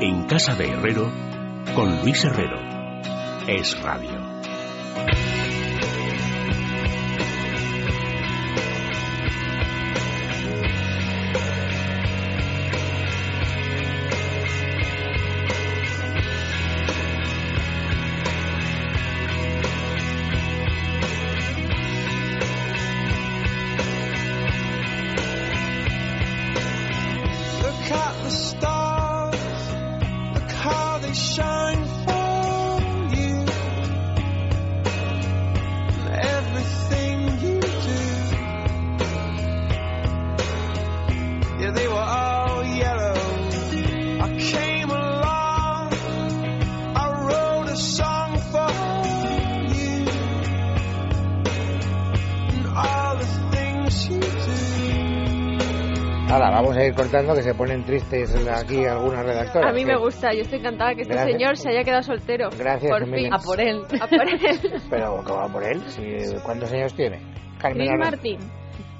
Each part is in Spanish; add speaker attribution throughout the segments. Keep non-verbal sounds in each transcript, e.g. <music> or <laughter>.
Speaker 1: En Casa de Herrero, con Luis Herrero. Es Radio.
Speaker 2: Look at the stars, look how they shine for you. And everything you do, yeah, they were all yellow. I came along, I wrote a song for you, and all the things you do.
Speaker 3: Nada, vamos a ir cortando que se ponen tristes aquí algunas redactoras.
Speaker 4: A mí me
Speaker 3: Sí.
Speaker 4: gusta, yo estoy encantada que este
Speaker 3: Gracias.
Speaker 4: señor se haya quedado soltero.
Speaker 3: Gracias,
Speaker 4: por
Speaker 3: Emilia.
Speaker 4: fin.
Speaker 3: A
Speaker 5: por él.
Speaker 4: A
Speaker 3: <laughs>
Speaker 4: por él.
Speaker 3: Pero ¿cómo va por él? Si- ¿Cuántos años tiene?
Speaker 6: Luis
Speaker 3: Alonso.
Speaker 6: Martín.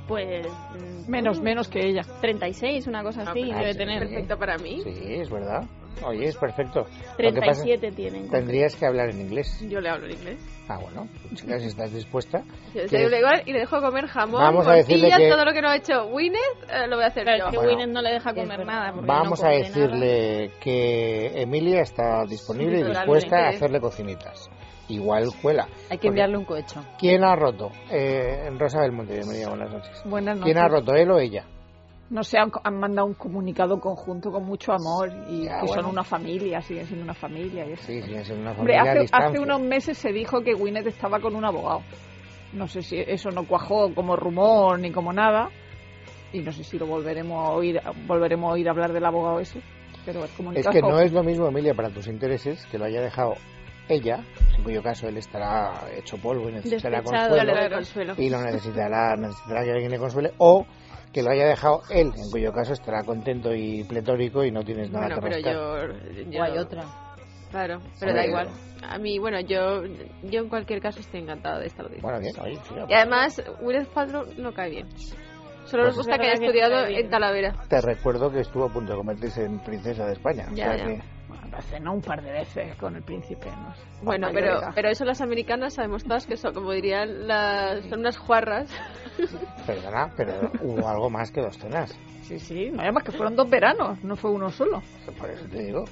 Speaker 6: Pues. mm,
Speaker 5: Menos, menos que ella.
Speaker 6: 36, una cosa
Speaker 4: Ah,
Speaker 6: así,
Speaker 4: pero-
Speaker 3: Ah,
Speaker 6: debe
Speaker 3: sí.
Speaker 6: tener.
Speaker 4: Perfecto para mí.
Speaker 3: Sí, es verdad. Oye, es perfecto. Lo que pasa es
Speaker 6: 37 tienen.
Speaker 3: que tendrías que hablar en inglés.
Speaker 4: Yo le hablo en inglés.
Speaker 3: Ah, bueno. Chicas, si estás dispuesta.
Speaker 4: Yo
Speaker 3: ¿Quieres-
Speaker 4: soy igual y le dejo comer jamón,
Speaker 3: Vamos a decirle
Speaker 4: morcillas,
Speaker 3: que-
Speaker 4: todo lo que no ha hecho Gwyneth, eh, lo voy a hacer
Speaker 6: Claro, es que
Speaker 4: yo.
Speaker 3: Bueno.
Speaker 6: Winnet no le deja comer
Speaker 5: verdad.
Speaker 6: nada. porque
Speaker 3: Vamos
Speaker 6: no
Speaker 3: a
Speaker 6: come
Speaker 3: decirle que Emilia está disponible y
Speaker 4: Sí,
Speaker 3: dispuesta a
Speaker 4: totalmente.
Speaker 3: hacerle cocinitas. Igual cuela.
Speaker 5: Hay
Speaker 3: Porque-
Speaker 5: que enviarle un cohecho.
Speaker 3: ¿Quién ha roto? Eh, Rosa del Monte, bienvenida, buenas noches.
Speaker 5: Buenas noches.
Speaker 3: ¿Quién ha roto, él o ella?
Speaker 5: No sé, han, han mandado un comunicado conjunto con mucho amor y
Speaker 3: Ya,
Speaker 5: que
Speaker 3: bueno.
Speaker 5: son una familia, siguen siendo una familia. Y eso.
Speaker 3: Sí, sí, es una
Speaker 5: Hombre,
Speaker 3: familia a
Speaker 5: hace,
Speaker 3: distancia.
Speaker 5: hace unos meses se dijo que Winnet estaba con un abogado. No sé si eso no cuajó como rumor ni como nada. Y no sé si lo volveremos a oír, volveremos a oír hablar del abogado ese. Pero el
Speaker 3: Es
Speaker 5: comunicado
Speaker 3: que no es lo mismo, Emilia, para tus intereses que lo haya dejado ella, en cuyo caso él estará hecho polvo y necesitará
Speaker 6: Despechado,
Speaker 3: consuelo,
Speaker 6: claro, consuelo.
Speaker 3: y lo necesitará, necesitará que alguien le consuele, o que lo haya dejado él, en cuyo caso estará contento y pletórico y Pues no tienes nada
Speaker 4: Bueno,
Speaker 3: que
Speaker 4: pero
Speaker 3: rascar.
Speaker 4: yo, yo-
Speaker 5: O hay otra.
Speaker 4: Claro, pero
Speaker 3: Hombre,
Speaker 4: da igual. A mí, bueno, yo, yo en cualquier caso estoy encantada de estar de
Speaker 3: Bueno, bien, oye, tío,
Speaker 4: Y además, Will Paltrow no cae bien. Solo
Speaker 3: Pues
Speaker 4: nos gusta
Speaker 6: es
Speaker 4: que haya
Speaker 6: verdad que no
Speaker 4: estudiado
Speaker 6: cae bien.
Speaker 4: en Talavera.
Speaker 3: te recuerdo que estuvo a punto de convertirse en princesa de España. o
Speaker 4: Ya,
Speaker 3: sea
Speaker 4: ya.
Speaker 3: que-
Speaker 5: Bueno, lo cenó un par de veces con el príncipe. No sé.
Speaker 4: Bueno,
Speaker 3: Vaya,
Speaker 4: pero,
Speaker 3: venga.
Speaker 4: pero eso las americanas sabemos todas que son, como dirían, las, son unas juarras. <laughs>
Speaker 3: Perdona, pero hubo algo más que dos cenas.
Speaker 5: Sí, sí. Además que fueron dos veranos, no fue uno solo.
Speaker 3: Pues Por eso te digo.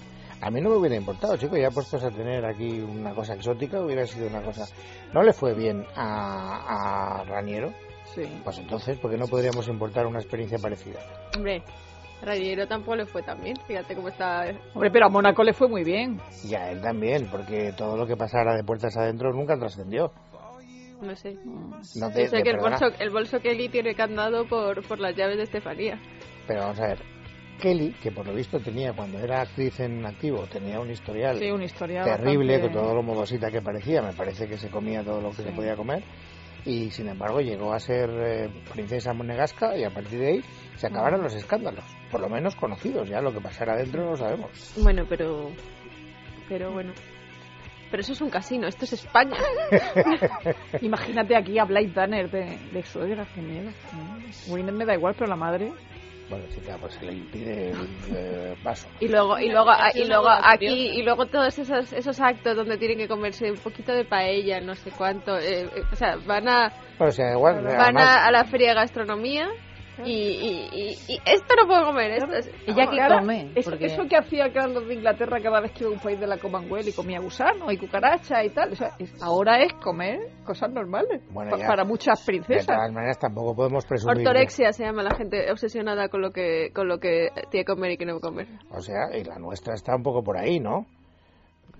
Speaker 3: A mí no me hubiera importado, chico, ya puestos a tener aquí una cosa exótica, hubiera sido una cosa... No le fue bien a, a Raniero,
Speaker 5: Sí.
Speaker 3: pues entonces, porque no podríamos importar una experiencia parecida.
Speaker 4: Hombre, Raniero tampoco le fue tan bien. Fíjate cómo está.
Speaker 5: Hombre, pero a Mónaco le fue muy bien.
Speaker 3: Y a él también, porque todo lo que pasara de puertas adentro nunca trascendió.
Speaker 4: No sé.
Speaker 3: No
Speaker 4: Yo
Speaker 3: te,
Speaker 4: sé
Speaker 3: te
Speaker 4: que el
Speaker 3: Eh, perdona,
Speaker 4: bolso, el bolso Kelly tiene candado por, por las llaves de Estefanía.
Speaker 3: Pero vamos a ver, Kelly, que por lo visto tenía, cuando era actriz en activo, tenía un historial
Speaker 5: Sí, una historia
Speaker 3: terrible,
Speaker 5: bastante-
Speaker 3: con todo lo modosita que parecía, me parece que se comía todo lo que se podía comer. Y sin embargo llegó a ser eh, princesa monegasca y a partir de ahí se acabaron los escándalos, por lo menos conocidos, ya lo que pasara adentro no lo sabemos.
Speaker 4: Bueno, pero. Pero bueno. Pero eso es un casino, esto es España.
Speaker 5: Imagínate aquí a Blade Danner de, de suegra, qué miedo. Winnet me da igual, pero la madre.
Speaker 3: Bueno, chica, pues se le impide el eh, paso.
Speaker 4: Y luego, y luego, ah,
Speaker 6: aplicación
Speaker 4: y luego
Speaker 6: algo
Speaker 4: aquí,
Speaker 6: curiosa.
Speaker 4: y luego todos esos, esos actos donde tienen que comerse un poquito de paella, no sé cuánto. eh, eh, o sea, van a,
Speaker 3: Pero o sea, igual,
Speaker 4: van
Speaker 3: además,
Speaker 4: a, a la feria de gastronomía y, y- y- y esto no puedo comer. Esto es-
Speaker 5: Ella
Speaker 4: vamos,
Speaker 5: que come. Eso, eso que hacía Carlos de Inglaterra cada vez que iba a un país de la Commonwealth y comía gusano y cucaracha y tal. O sea, es- ahora es comer cosas normales
Speaker 3: Bueno,
Speaker 5: pa-
Speaker 3: ya.
Speaker 5: para muchas
Speaker 3: de todas
Speaker 5: princesas.
Speaker 3: maneras tampoco podemos presumir. de-
Speaker 4: Ortorexia se llama la gente obsesionada con lo que con lo que tiene que comer y que no comer.
Speaker 3: O sea, y la nuestra está un poco por ahí, ¿no?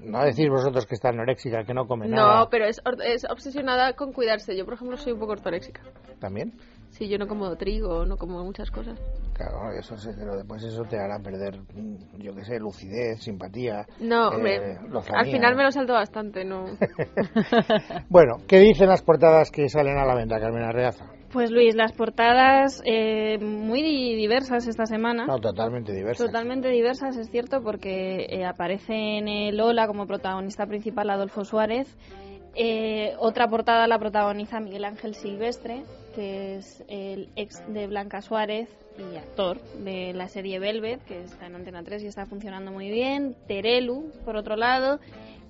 Speaker 3: No decís vosotros que está anoréxica, que no come
Speaker 4: No,
Speaker 3: nada.
Speaker 4: pero es, or- es obsesionada con cuidarse. Yo, por ejemplo, soy un poco ortoréxica.
Speaker 3: ¿También?
Speaker 4: Sí, yo no como trigo, no como muchas cosas.
Speaker 3: Claro, eso se- pero después eso te hará perder, mm, yo qué sé, lucidez, simpatía.
Speaker 4: No,
Speaker 3: eh,
Speaker 4: hombre,
Speaker 3: lozanía.
Speaker 4: al final me lo salto bastante, no.
Speaker 3: <laughs> Bueno, ¿qué dicen las portadas que salen a la venta, Carmen Arreaza?
Speaker 6: Pues Luis, las portadas eh, muy di- diversas esta semana.
Speaker 3: No, totalmente diversas.
Speaker 6: Totalmente diversas, es cierto, porque eh, aparece en el Ola como protagonista principal Adolfo Suárez. Eh, otra portada la protagoniza Miguel Ángel Silvestre. que es el ex de Blanca Suárez y actor de la serie Velvet, que está en Antena 3 y está funcionando muy bien. Terelu, por otro lado.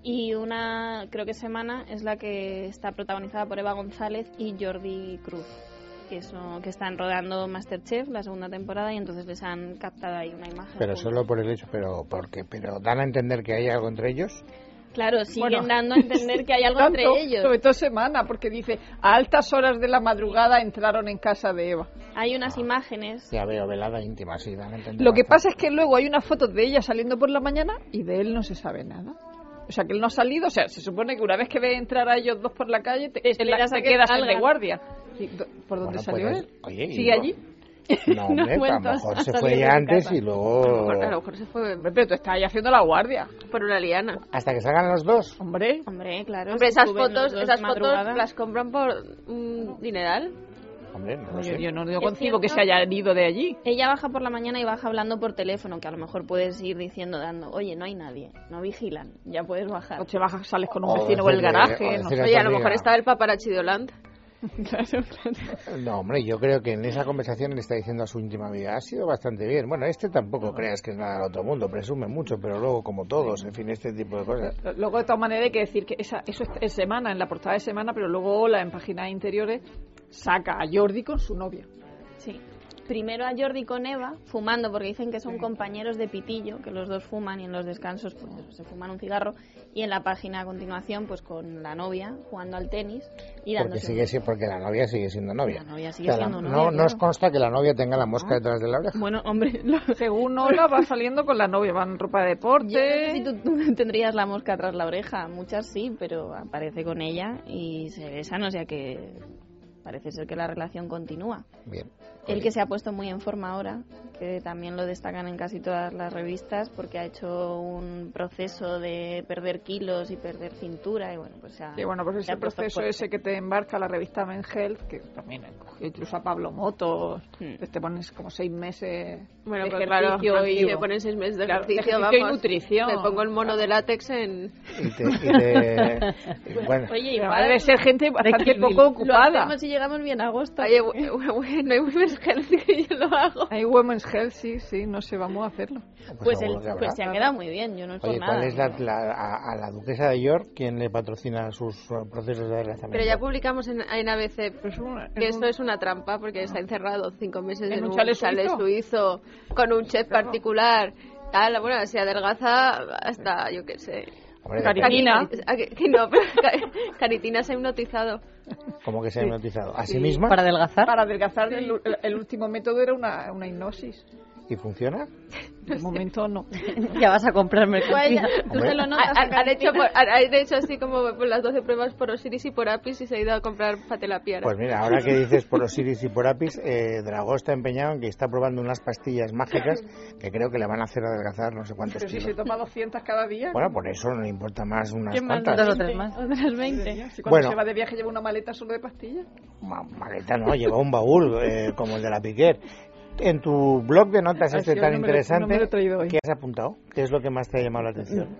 Speaker 6: Y una, creo que semana, es la que está protagonizada por Eva González y Jordi Cruz, que, son- que están rodando Masterchef, la segunda temporada, y entonces les han captado ahí una imagen.
Speaker 3: Pero
Speaker 6: juntos.
Speaker 3: solo por el hecho, pero porque, pero dan a entender que hay algo entre ellos.
Speaker 6: Claro, siguen
Speaker 5: Bueno.
Speaker 6: <laughs> dando a entender que hay algo entre
Speaker 5: Tanto,
Speaker 6: ellos.
Speaker 5: Sobre todo semana, porque dice, a altas horas de la madrugada entraron en casa de Eva.
Speaker 6: Hay unas imágenes
Speaker 3: Ya veo, velada íntima, sí, dan a entender.
Speaker 5: Lo que
Speaker 3: bastante.
Speaker 5: pasa es que luego hay una foto de ella saliendo por la mañana y de él no se sabe nada. O sea, que él no ha salido. O sea, se supone que una vez que ve entrar a ellos dos por la calle, te, él
Speaker 6: Esperas
Speaker 5: te
Speaker 6: a que
Speaker 5: quedas en
Speaker 6: salgan.
Speaker 5: de guardia. ¿Y do- ¿Por dónde
Speaker 3: Bueno,
Speaker 5: salió
Speaker 3: pues,
Speaker 5: él?
Speaker 3: oye, y
Speaker 5: ¿Sigue
Speaker 3: no-
Speaker 5: allí?
Speaker 3: No, hombre, pues a lo
Speaker 6: cuentas,
Speaker 3: mejor se
Speaker 6: ha
Speaker 3: fue
Speaker 6: salido
Speaker 3: ya
Speaker 6: de
Speaker 3: antes
Speaker 6: casa.
Speaker 3: y
Speaker 5: A lo mejor, a lo
Speaker 3: luego.
Speaker 5: mejor se fue. Pero tú estás ahí haciendo la guardia.
Speaker 4: por una liana.
Speaker 3: Hasta que salgan los dos.
Speaker 5: Hombre,
Speaker 6: Hombre, claro.
Speaker 4: Hombre,
Speaker 6: se
Speaker 4: esas
Speaker 6: suben los
Speaker 4: fotos,
Speaker 6: dos de
Speaker 4: esas fotos
Speaker 6: madrugada.
Speaker 4: las compran por un dineral.
Speaker 3: Hombre, no lo
Speaker 5: yo,
Speaker 3: sé.
Speaker 5: yo no yo
Speaker 6: Es
Speaker 5: concibo que se
Speaker 6: cierto.
Speaker 5: haya ido de allí.
Speaker 6: Ella baja por la mañana y baja hablando por teléfono, que a lo mejor puedes ir diciendo, dando, oye, no hay nadie, no vigilan, ya puedes bajar.
Speaker 5: O te bajas, sales con
Speaker 3: O
Speaker 5: un vecino o el
Speaker 3: decirle-
Speaker 5: garaje.
Speaker 3: o
Speaker 5: no
Speaker 3: decirle
Speaker 5: sé.
Speaker 4: Oye, a lo
Speaker 3: amiga.
Speaker 4: mejor está el paparazzi de Holanda.
Speaker 6: Claro, claro.
Speaker 3: No, hombre, yo creo que en esa conversación le está diciendo a su íntima amiga, ha sido bastante bien. Bueno, este tampoco creas que es nada del otro mundo, presume mucho, pero luego, como todos, en fin, este tipo de cosas.
Speaker 5: Luego, de todas maneras, hay que decir que esa, eso es, es semana, en la portada de semana, pero luego Ola, en páginas interiores, saca a Jordi con su novia.
Speaker 6: Sí. Primero a Jordi con Eva, fumando, porque dicen que son compañeros de pitillo, que los dos fuman y en los descansos pues, eso, se fuman un cigarro. Y en la página a continuación, pues con la novia, jugando al tenis
Speaker 3: Porque,
Speaker 6: y dándose...
Speaker 3: sigue, si- porque la novia sigue siendo novia.
Speaker 6: La novia sigue
Speaker 3: O sea, la-
Speaker 6: siendo
Speaker 3: no,
Speaker 6: novia,
Speaker 3: no os
Speaker 6: claro. Ah.
Speaker 3: consta que la novia tenga la mosca detrás de la oreja.
Speaker 6: <laughs> Bueno, hombre, lo- <laughs>
Speaker 5: Según Ola, va saliendo con la novia, van en ropa de
Speaker 6: Yo no sé
Speaker 5: deporte.
Speaker 6: si tú, tú <laughs> tendrías la mosca tras la oreja. Muchas sí, pero aparece con ella y se besan, o sea que parece ser que la relación continúa.
Speaker 3: Bien.
Speaker 6: El que se ha puesto muy en forma ahora, que también lo destacan en casi todas las revistas, porque ha hecho un proceso de perder kilos y perder cintura y bueno, pues se ha,
Speaker 5: Y bueno, pues
Speaker 6: se ha
Speaker 5: ese
Speaker 6: puesto
Speaker 5: proceso
Speaker 6: fuerte.
Speaker 5: ese que te embarca la revista Men Health, que también cogió incluso a Pablo Motos,
Speaker 6: Hmm.
Speaker 5: pues te pones como seis meses
Speaker 4: Bueno,
Speaker 5: de
Speaker 4: pues claro,
Speaker 5: ejercicio
Speaker 4: a mí
Speaker 5: y
Speaker 4: me ponen seis meses de
Speaker 5: Claro, de
Speaker 4: ejercicio,
Speaker 5: ejercicio y
Speaker 4: vamos.
Speaker 5: nutrición.
Speaker 4: Me pongo el mono de látex en...
Speaker 3: Y te- y te- y bueno,
Speaker 6: Oye,
Speaker 5: Pero
Speaker 6: igual
Speaker 5: debe ser gente bastante
Speaker 6: que
Speaker 5: poco
Speaker 6: lo
Speaker 5: ocupada.
Speaker 6: hacemos si llegamos bien a agosto.
Speaker 4: Oye, bu- bu- eh, bueno, <laughs> hay women's health que yo lo hago.
Speaker 5: Hay Women's Health, sí, sí, no sé, vamos a hacerlo.
Speaker 6: pues, el-
Speaker 3: seguro que habrá.
Speaker 6: pues se ha quedado muy bien, yo no he hecho
Speaker 3: Oye,
Speaker 6: nada.
Speaker 3: ¿cuál es la, la- a, a la duquesa de York quien le patrocina sus eh, procesos de adelgazamiento?
Speaker 4: Pero ya publicamos en, en ABC
Speaker 5: Pero es una- es
Speaker 4: que esto
Speaker 5: un-
Speaker 4: es una trampa porque está encerrado cinco meses
Speaker 5: ¿En
Speaker 4: en,
Speaker 5: un
Speaker 4: un
Speaker 5: chalet
Speaker 4: chalet,
Speaker 5: suizo?
Speaker 4: suizo con un chef
Speaker 5: Claro.
Speaker 4: particular. Tal, bueno, se adelgaza hasta, yo qué sé.
Speaker 3: Hombre,
Speaker 5: Caritina.
Speaker 4: Ah, que- que no, <laughs> pero Ca- Caritina se ha hipnotizado.
Speaker 3: Como que se ha hipnotizado. A sí misma.
Speaker 7: Para adelgazar.
Speaker 5: Para adelgazar, el, el último método era una, una hipnosis.
Speaker 3: ¿Y funciona?
Speaker 5: De momento
Speaker 4: <laughs>
Speaker 5: no.
Speaker 7: Ya vas a comprarme
Speaker 6: Igual ya- tú
Speaker 3: Hombre.
Speaker 6: se lo notas.
Speaker 4: Ha- ha- han, hecho por- han- han hecho así como por las 12 pruebas por Osiris y por Apis y se ha ido a comprar patelapiara.
Speaker 3: Pues mira, ahora que dices por Osiris y por Apis, eh, Dragó está empeñado en que está probando unas pastillas mágicas que creo que le van a hacer adelgazar no sé cuántos
Speaker 5: Pero si se
Speaker 3: kilos.
Speaker 5: toma 200 cada día.
Speaker 3: Bueno, por eso no le importa más unas
Speaker 6: ¿Quién más?
Speaker 3: cuantas.
Speaker 7: Dos o tres más.
Speaker 6: <laughs> Otras 20.
Speaker 5: Si cuando
Speaker 3: bueno.
Speaker 5: se va de viaje lleva una maleta solo de pastillas.
Speaker 3: Ma- maleta no, lleva un baúl eh, como el de la Piquer. En tu blog de notas
Speaker 5: Ah,
Speaker 3: este
Speaker 5: sí,
Speaker 3: tan
Speaker 5: no me lo-
Speaker 3: interesante,
Speaker 5: no me lo he traído hoy.
Speaker 3: ¿qué has apuntado? ¿Qué es lo que más te ha llamado la atención?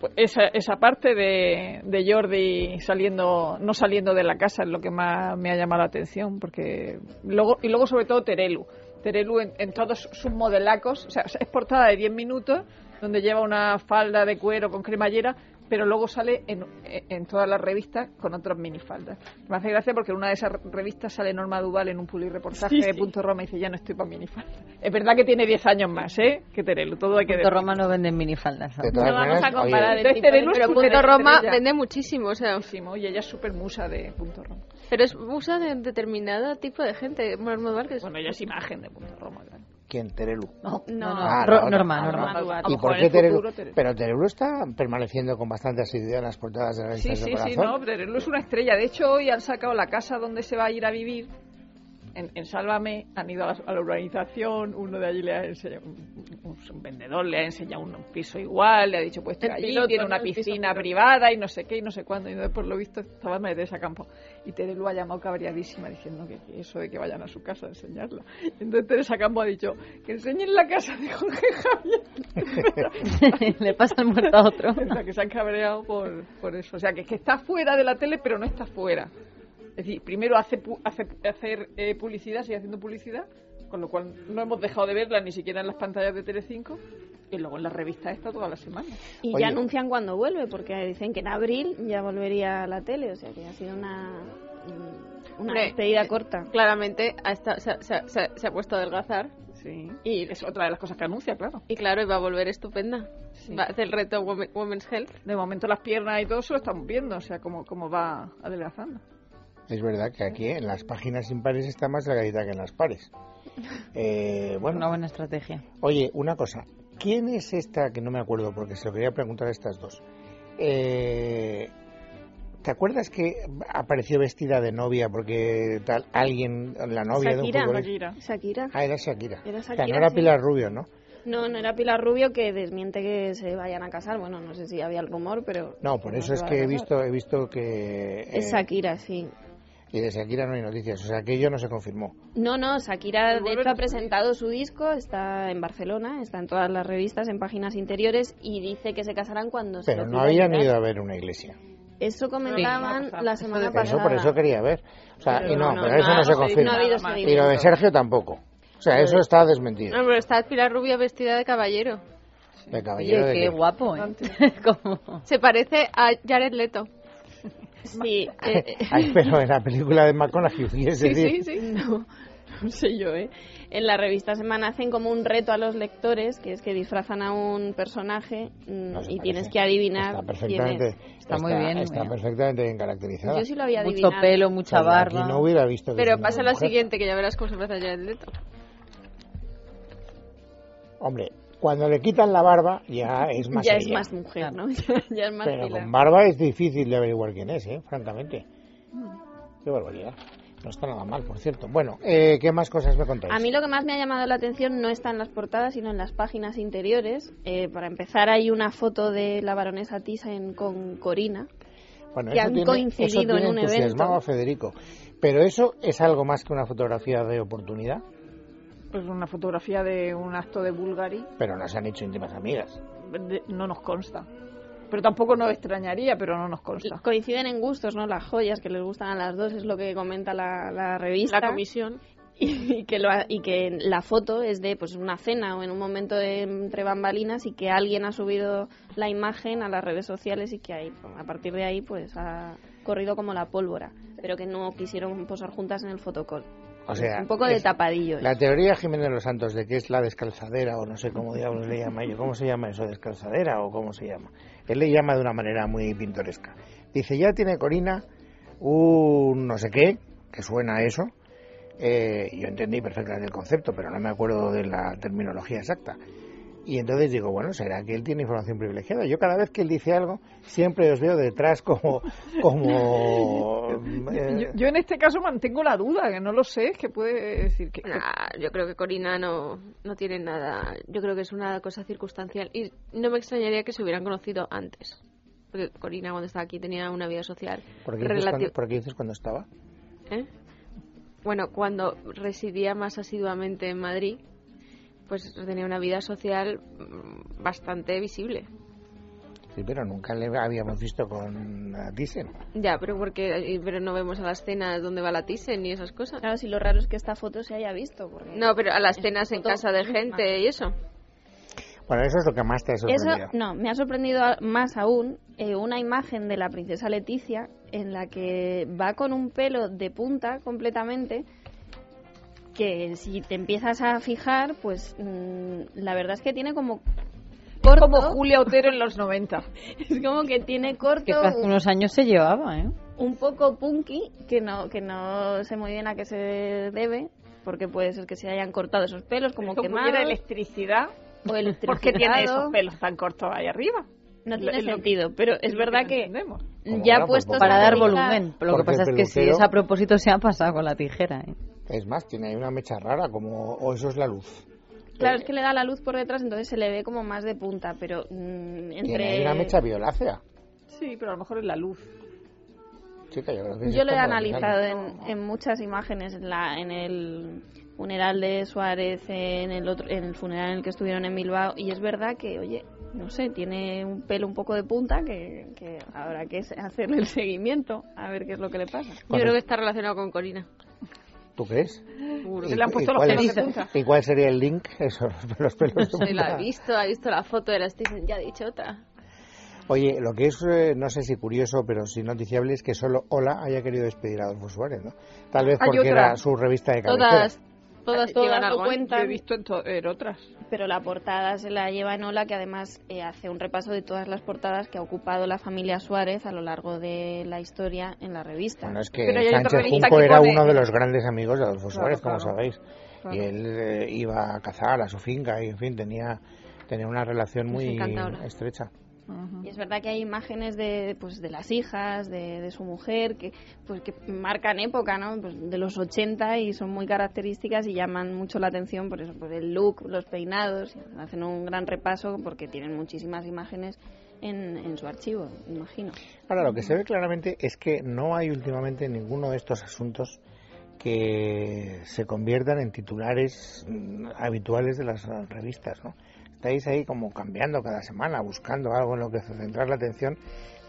Speaker 5: Pues esa, esa parte de, de Jordi saliendo no saliendo de la casa es lo que más me ha llamado la atención porque luego y luego sobre todo Terelu Terelu en, en todos sus modelacos o sea es portada de 10 minutos donde lleva una falda de cuero con cremallera pero luego sale en, en todas las revistas con otras minifaldas. Me hace gracia porque en una de esas revistas sale Norma Duval en un publireportaje
Speaker 7: Sí,
Speaker 5: de
Speaker 7: sí.
Speaker 5: Punto Roma y dice, ya no estoy para minifaldas. Es verdad que tiene 10 años más, ¿eh? Que Terelu, todo hay que
Speaker 7: Punto Roma no venden minifaldas. ¿no?
Speaker 3: De todas
Speaker 6: No vamos a
Speaker 3: maneras, oye,
Speaker 6: comparar
Speaker 5: Entonces,
Speaker 6: el tipo de-
Speaker 5: Terelu es
Speaker 4: pero
Speaker 5: súper
Speaker 4: Punto Roma
Speaker 5: estrella.
Speaker 4: vende muchísimo, o sea,
Speaker 5: Muchísimo, y ella es súper musa de Punto Roma.
Speaker 4: pero es usa de determinado tipo de gente. Bueno, Normal que es-
Speaker 5: Bueno, ella es imagen de Punto Roma. claro.
Speaker 3: ¿quién? Terelu.
Speaker 7: No,
Speaker 6: No.
Speaker 7: no, no.
Speaker 3: Ah,
Speaker 7: Ro-
Speaker 3: no, no.
Speaker 7: Norma,
Speaker 3: Ah,
Speaker 7: Norma.
Speaker 5: A lo
Speaker 6: Dual.
Speaker 5: mejor
Speaker 3: ¿Y por
Speaker 5: en
Speaker 3: qué
Speaker 5: el
Speaker 3: Terelu?
Speaker 5: futuro, Terelu.
Speaker 3: Pero Terelu está permaneciendo con bastante asiduidad en las portadas de
Speaker 5: Sí,
Speaker 3: revistas
Speaker 5: sí,
Speaker 3: de corazón.
Speaker 5: sí, no, Terelu es una estrella. De hecho, hoy han sacado la casa donde se va a ir a vivir. En, en Sálvame han ido a la, a la urbanización, uno de allí le ha enseñado, un, un- un vendedor le ha enseñado un, piso igual, le ha dicho, pues
Speaker 4: El
Speaker 5: allí
Speaker 4: piloto,
Speaker 5: tiene
Speaker 4: ¿no?
Speaker 5: una
Speaker 4: El piso
Speaker 5: piscina
Speaker 4: piloto.
Speaker 5: privada y no sé qué y no sé cuándo. Y entonces, por lo visto, estaba Teresa Campo. Y Terelu ha llamado cabreadísima diciendo que, que eso de que vayan a su casa a enseñarla. Entonces Teresa Campo ha dicho, que enseñen la casa de Jorge Javier.
Speaker 7: <laughs> Le pasa el muerto a
Speaker 5: <laughs>
Speaker 6: <laughs>
Speaker 7: otro.
Speaker 5: O sea, que se han cabreado por, por eso. O sea, que, que está fuera de la tele, pero no está fuera. Es decir, primero hace, pu- hace- hacer eh, publicidad, sigue haciendo publicidad, con lo cual no hemos dejado de verla ni siquiera en las pantallas de Telecinco y luego en la revista esta toda la semana.
Speaker 6: Y
Speaker 3: Oye.
Speaker 6: ya anuncian cuándo vuelve, porque dicen que en abril ya volvería a la tele, o sea que ha sido una, mm, una
Speaker 4: Hombre,
Speaker 6: despedida
Speaker 4: eh,
Speaker 6: corta.
Speaker 4: Claramente ha esta- se, ha- se ha- se ha- se ha puesto a adelgazar
Speaker 5: Sí. Y es otra de las cosas que anuncia, claro.
Speaker 4: y claro, y va a volver estupenda.
Speaker 5: Sí.
Speaker 4: Va a hacer el reto Women- Women's Health.
Speaker 5: De momento las piernas y todo eso lo estamos viendo, o sea, cómo, cómo va adelgazando.
Speaker 3: Es verdad que aquí en las páginas impares está más delgadita que en las pares. Eh,
Speaker 7: Una
Speaker 3: bueno,
Speaker 7: buena estrategia.
Speaker 3: oye, una cosa. ¿Quién es esta que no me acuerdo porque se lo quería preguntar a estas dos? Eh, ¿Te acuerdas que apareció vestida de novia porque tal alguien, la novia de un
Speaker 6: Shakira,
Speaker 3: futbolista?
Speaker 6: Shakira.
Speaker 3: Ah, era Shakira.
Speaker 6: Era
Speaker 3: O sea, no
Speaker 6: Shakira,
Speaker 3: era
Speaker 6: sí.
Speaker 3: Pilar Rubio, ¿no?
Speaker 6: No, no era Pilar Rubio que desmiente que se vayan a casar. Bueno, no sé si había el rumor, pero.
Speaker 3: No, por eso
Speaker 6: se
Speaker 3: es
Speaker 6: van a
Speaker 3: que he
Speaker 6: casar.
Speaker 3: visto, he visto que... eh,
Speaker 6: Es Shakira, sí.
Speaker 3: y de Shakira no hay noticias, o sea, aquello no se confirmó.
Speaker 6: No, no, Shakira de
Speaker 5: vuelven
Speaker 6: hecho
Speaker 5: a
Speaker 6: ha presentado su disco, está en Barcelona, está en todas las revistas, en páginas interiores y dice que se casarán cuando se
Speaker 3: Pero
Speaker 6: lo
Speaker 3: no
Speaker 6: pida
Speaker 3: habían
Speaker 6: Pilar.
Speaker 3: ido a ver una iglesia.
Speaker 6: Eso comentaban
Speaker 5: Sí.
Speaker 6: la semana
Speaker 3: Por
Speaker 6: pasada.
Speaker 3: eso, por eso quería ver. O sea,
Speaker 5: Pero
Speaker 3: y no,
Speaker 5: no, no,
Speaker 3: pero eso
Speaker 5: nada,
Speaker 3: no se
Speaker 5: no se dice
Speaker 3: confirma.
Speaker 6: No ha habido
Speaker 5: Nada más.
Speaker 3: Y lo de
Speaker 6: seguimiento.
Speaker 3: Sergio tampoco. O sea, eso está desmentido.
Speaker 4: No, pero está Pilar Rubia vestida de caballero.
Speaker 3: De caballero
Speaker 7: Oye,
Speaker 3: de
Speaker 7: qué
Speaker 3: que- <laughs>
Speaker 7: guapo, ¿eh?
Speaker 5: Antes.
Speaker 7: Como-
Speaker 4: Se parece a Jared Leto. <laughs>
Speaker 6: Sí, eh, eh,
Speaker 3: Ay, pero en la película de McConaughey, es
Speaker 4: Sí,
Speaker 3: decir,
Speaker 4: sí, sí.
Speaker 6: no, <laughs> no sé yo, ¿eh? En la revista Semana hacen como un reto a los lectores, que es que disfrazan a un personaje mm,
Speaker 3: no se
Speaker 6: y
Speaker 3: parece.
Speaker 6: tienes que adivinar
Speaker 3: Está
Speaker 6: quién
Speaker 3: perfectamente,
Speaker 6: es.
Speaker 7: Está muy bien,
Speaker 3: Está
Speaker 7: mira.
Speaker 3: perfectamente bien caracterizada.
Speaker 6: Yo sí lo había
Speaker 7: Mucho
Speaker 6: adivinado.
Speaker 7: pelo,
Speaker 3: O
Speaker 7: mucha
Speaker 3: sea,
Speaker 7: barba.
Speaker 3: Aquí no hubiera visto. que es
Speaker 4: Pero
Speaker 3: una
Speaker 4: pasa a la
Speaker 3: mujer.
Speaker 4: siguiente, que ya verás cómo se parece a Jared Leto.
Speaker 3: Hombre, cuando le quitan la barba ya es más
Speaker 6: ya es
Speaker 3: ella.
Speaker 6: más mujer, ¿no? <laughs> Ya, ya es más
Speaker 3: Pero
Speaker 6: Pilar.
Speaker 3: con barba es difícil de averiguar quién es, ¿eh? francamente. Qué barbaridad. No está nada mal, por cierto. Bueno, eh, ¿qué más cosas me contáis?
Speaker 6: A mí lo que más me ha llamado la atención no está en las portadas, sino en las páginas interiores. Eh, para empezar, hay una foto de la baronesa Thyssen con Corina.
Speaker 3: Bueno,
Speaker 6: que
Speaker 3: eso
Speaker 6: han
Speaker 3: tiene-
Speaker 6: coincidido
Speaker 3: eso tiene
Speaker 6: en un
Speaker 3: entusiasmado
Speaker 6: evento.
Speaker 3: a Federico. Pero eso es algo más que una fotografía de oportunidad.
Speaker 5: Pues una fotografía de un acto de Bulgari
Speaker 3: Pero no se han hecho íntimas amigas.
Speaker 5: de- no nos consta. Pero tampoco nos extrañaría, pero no nos
Speaker 6: Y
Speaker 5: consta.
Speaker 6: coinciden en gustos, ¿no? Las joyas que les gustan a las dos es lo que comenta la, la revista.
Speaker 4: La comisión.
Speaker 6: <laughs> y que, lo ha- y que la foto es de pues una cena o en un momento de- entre bambalinas y que alguien ha subido la imagen a las redes sociales y que ahí, a partir de ahí pues ha corrido como la pólvora, pero que no quisieron posar juntas en el fotocall.
Speaker 3: O sea,
Speaker 6: un poco de
Speaker 3: es-
Speaker 6: tapadillo. ¿eh?
Speaker 3: La teoría Jiménez de los Santos de que es la descalzadera o no sé cómo diablos le llama yo, ¿cómo se llama eso? ¿Descalzadera o cómo se llama? Él le llama de una manera muy pintoresca. Dice, ya tiene Corina un no sé qué, que suena a eso. Eh, yo entendí perfectamente el concepto, pero no me acuerdo de la terminología exacta. Y entonces digo, bueno, será que él tiene información privilegiada. Yo cada vez que él dice algo, siempre os veo detrás como... como eh,
Speaker 5: <laughs> Yo, yo en este caso mantengo la duda, que no lo sé, es que puede decir que... que-
Speaker 4: Nah, yo creo que Corina no, no tiene nada. Yo creo que es una cosa circunstancial. Y no me extrañaría que se hubieran conocido antes. Porque Corina, cuando estaba aquí, tenía una vida social
Speaker 3: ¿por, qué dices cuando,
Speaker 4: relativa.
Speaker 3: por qué dices cuando estaba?
Speaker 4: ¿Eh? Bueno, cuando residía más asiduamente en Madrid, pues tenía una vida social mm, bastante visible.
Speaker 3: Sí, pero nunca le habíamos visto con eh, Thyssen.
Speaker 4: Ya, pero porque eh, pero no vemos a las cenas donde va la Thyssen ni esas cosas.
Speaker 6: Claro, si lo raro es que esta foto se haya visto. Porque
Speaker 4: No, pero a las cenas en
Speaker 6: foto-
Speaker 4: casa de gente y eso.
Speaker 3: Bueno, eso es lo que más te ha
Speaker 6: Eso,
Speaker 3: sorprendido.
Speaker 6: no, me ha sorprendido a- más aún eh, una imagen de la princesa Leticia en la que va con un pelo de punta completamente que si te empiezas a fijar, pues mm, la verdad es que tiene como corto,
Speaker 5: Como Julia Otero en los <laughs> 90.
Speaker 6: es como que tiene
Speaker 7: Que
Speaker 6: corto
Speaker 7: hace
Speaker 6: un,
Speaker 7: unos años se llevaba, ¿eh?
Speaker 6: un poco punky que no que no sé muy bien a qué se debe, porque puede ser que se hayan cortado esos pelos como
Speaker 5: que
Speaker 6: quemados
Speaker 5: hubiera electricidad.
Speaker 6: o
Speaker 5: <laughs> ¿Por qué tiene
Speaker 6: electrificado.
Speaker 5: esos pelos tan cortos ahí arriba?
Speaker 6: No
Speaker 5: Lo-
Speaker 6: tiene
Speaker 5: lo-
Speaker 6: sentido, pero es
Speaker 5: lo
Speaker 6: verdad
Speaker 5: no
Speaker 6: que
Speaker 5: entendemos.
Speaker 3: Como
Speaker 6: ya
Speaker 3: ahora, pues,
Speaker 6: puestos
Speaker 7: Para
Speaker 6: a
Speaker 7: dar
Speaker 6: analizar-
Speaker 7: volumen. Pero lo que
Speaker 3: Porque el
Speaker 7: pasa es que si
Speaker 3: peluquero-
Speaker 7: es a propósito se ha pasado con la tijera, ¿eh?
Speaker 3: Es más, tiene ahí una mecha rara, como o eso es la luz.
Speaker 6: Claro, es que le da la luz por detrás, entonces se le ve como más de punta, pero mm,
Speaker 3: Tiene ahí
Speaker 6: entre...
Speaker 3: una mecha violácea.
Speaker 5: Sí, pero a lo mejor es la luz.
Speaker 3: Chica, yo creo que es
Speaker 6: Yo lo he
Speaker 3: cuando al
Speaker 6: analizado
Speaker 3: final-
Speaker 6: en, en muchas imágenes, en, la, en el funeral de Suárez, en el, otro, en el funeral en el que estuvieron en Bilbao, y es verdad que, oye, no sé, tiene un pelo un poco de punta que, que habrá que se- hacerle el seguimiento a ver qué es lo que le pasa.
Speaker 4: Yo creo que está relacionado con Corina.
Speaker 6: eh.
Speaker 3: ¿Tú crees?
Speaker 4: Seguro.
Speaker 5: Se le han
Speaker 3: ¿Y-
Speaker 5: puesto
Speaker 3: y
Speaker 5: los
Speaker 3: cuál
Speaker 5: pelos de
Speaker 3: es-
Speaker 5: punta.
Speaker 3: ¿Y cuál sería el link? <laughs> Eso, los pelos de
Speaker 4: <laughs>
Speaker 5: <laughs>
Speaker 4: Se la
Speaker 3: punta.
Speaker 4: ha visto, ha visto la foto de la Stephen, ya ha dicho otra.
Speaker 3: Oye, lo que es, eh, no sé si curioso, pero sí noticiable, es que solo Hola haya querido despedir a Adolfo Suárez, ¿no? Tal vez
Speaker 5: Hay
Speaker 3: porque
Speaker 5: otra.
Speaker 3: era su revista de cabecera.
Speaker 4: Todas, todas
Speaker 6: Todas
Speaker 4: llevan
Speaker 6: lo
Speaker 4: algo. ¿eh?
Speaker 6: cuentan.
Speaker 5: Yo he visto en, to- en otras.
Speaker 6: Pero la portada se la lleva Nola, que además eh, hace un repaso de todas las portadas que ha ocupado la familia Suárez a lo largo de la historia en la revista.
Speaker 3: Bueno, es que
Speaker 5: Pero hay otra
Speaker 3: Sánchez
Speaker 5: revista
Speaker 3: Junco
Speaker 5: que
Speaker 3: era
Speaker 5: pone-
Speaker 3: uno de los grandes amigos de Adolfo
Speaker 5: Claro,
Speaker 3: Suárez, como
Speaker 5: claro,
Speaker 3: sabéis.
Speaker 5: claro.
Speaker 3: Y él eh, iba a cazar a su finca y, en fin, tenía, tenía una relación
Speaker 4: Nos
Speaker 3: muy
Speaker 4: encanta Hola.
Speaker 3: estrecha.
Speaker 6: Y es verdad que hay imágenes de, pues, de las hijas, de, de su mujer, que, pues, que marcan época, ¿no? Pues, de los 80 y son muy características y llaman mucho la atención por eso, por el look, los peinados. Hacen un gran repaso porque tienen muchísimas imágenes en, en su archivo, imagino.
Speaker 3: Ahora, lo que se ve claramente es que no hay últimamente ninguno de estos asuntos que se conviertan en titulares mm, habituales de las eh, revistas, ¿no? Estáis ahí como cambiando cada semana, buscando algo en lo que centrar la atención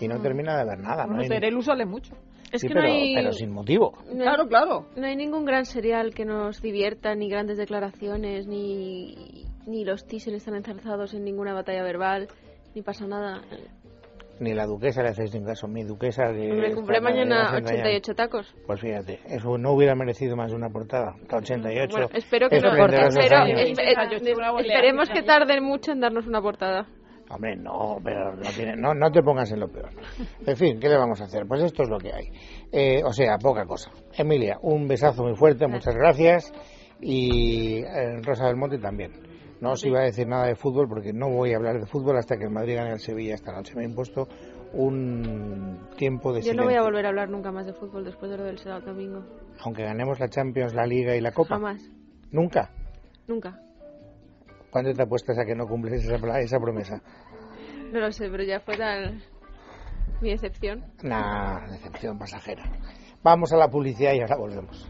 Speaker 3: y no termina de haber nada, ¿no?
Speaker 5: Mm. Bueno,
Speaker 3: Hay-
Speaker 5: Terelu sale mucho.
Speaker 4: Es
Speaker 3: sí,
Speaker 4: que
Speaker 3: pero,
Speaker 4: no hay...
Speaker 3: pero sin motivo.
Speaker 4: no hay-
Speaker 5: Claro, claro.
Speaker 4: No hay ningún gran serial que nos divierta, ni grandes declaraciones, ni, ni los Thyssen están enzarzados en ninguna batalla verbal, ni pasa nada.
Speaker 3: Ni la duquesa le hacéis ningún caso, mi duquesa que...
Speaker 4: Me cumple
Speaker 3: está-
Speaker 4: mañana
Speaker 3: la hacen dañar.
Speaker 4: 88 tacos.
Speaker 3: Pues fíjate, eso no hubiera merecido más de una portada. Está 88.
Speaker 4: Bueno, espero que no.
Speaker 3: Esplendorosos
Speaker 4: espero-
Speaker 3: años.
Speaker 4: espe- esperemos que tarden mucho en darnos una portada.
Speaker 3: Hombre, no, pero no, tiene- no, no te pongas en lo peor. En fin, ¿qué le vamos a hacer? Pues esto es lo que hay. Eh, o sea, poca cosa. Emilia, un besazo muy fuerte, muchas gracias. Y eh, Rosa del Monte también. No os iba a decir nada de fútbol porque no voy a hablar de fútbol hasta que el Madrid gane al Sevilla esta noche. Me he impuesto un tiempo de
Speaker 4: Yo
Speaker 3: silencio.
Speaker 4: no voy a volver a hablar nunca más de fútbol después de lo del sábado domingo.
Speaker 3: Aunque ganemos la Champions, la Liga y la Copa.
Speaker 4: Jamás.
Speaker 3: Nunca.
Speaker 4: Nunca.
Speaker 3: ¿Cuánto te apuestas a que no cumples esa, pla- esa promesa?
Speaker 4: No lo sé, pero ya fue tan... Mi decepción.
Speaker 3: Una decepción pasajera. Vamos a la publicidad y ahora volvemos.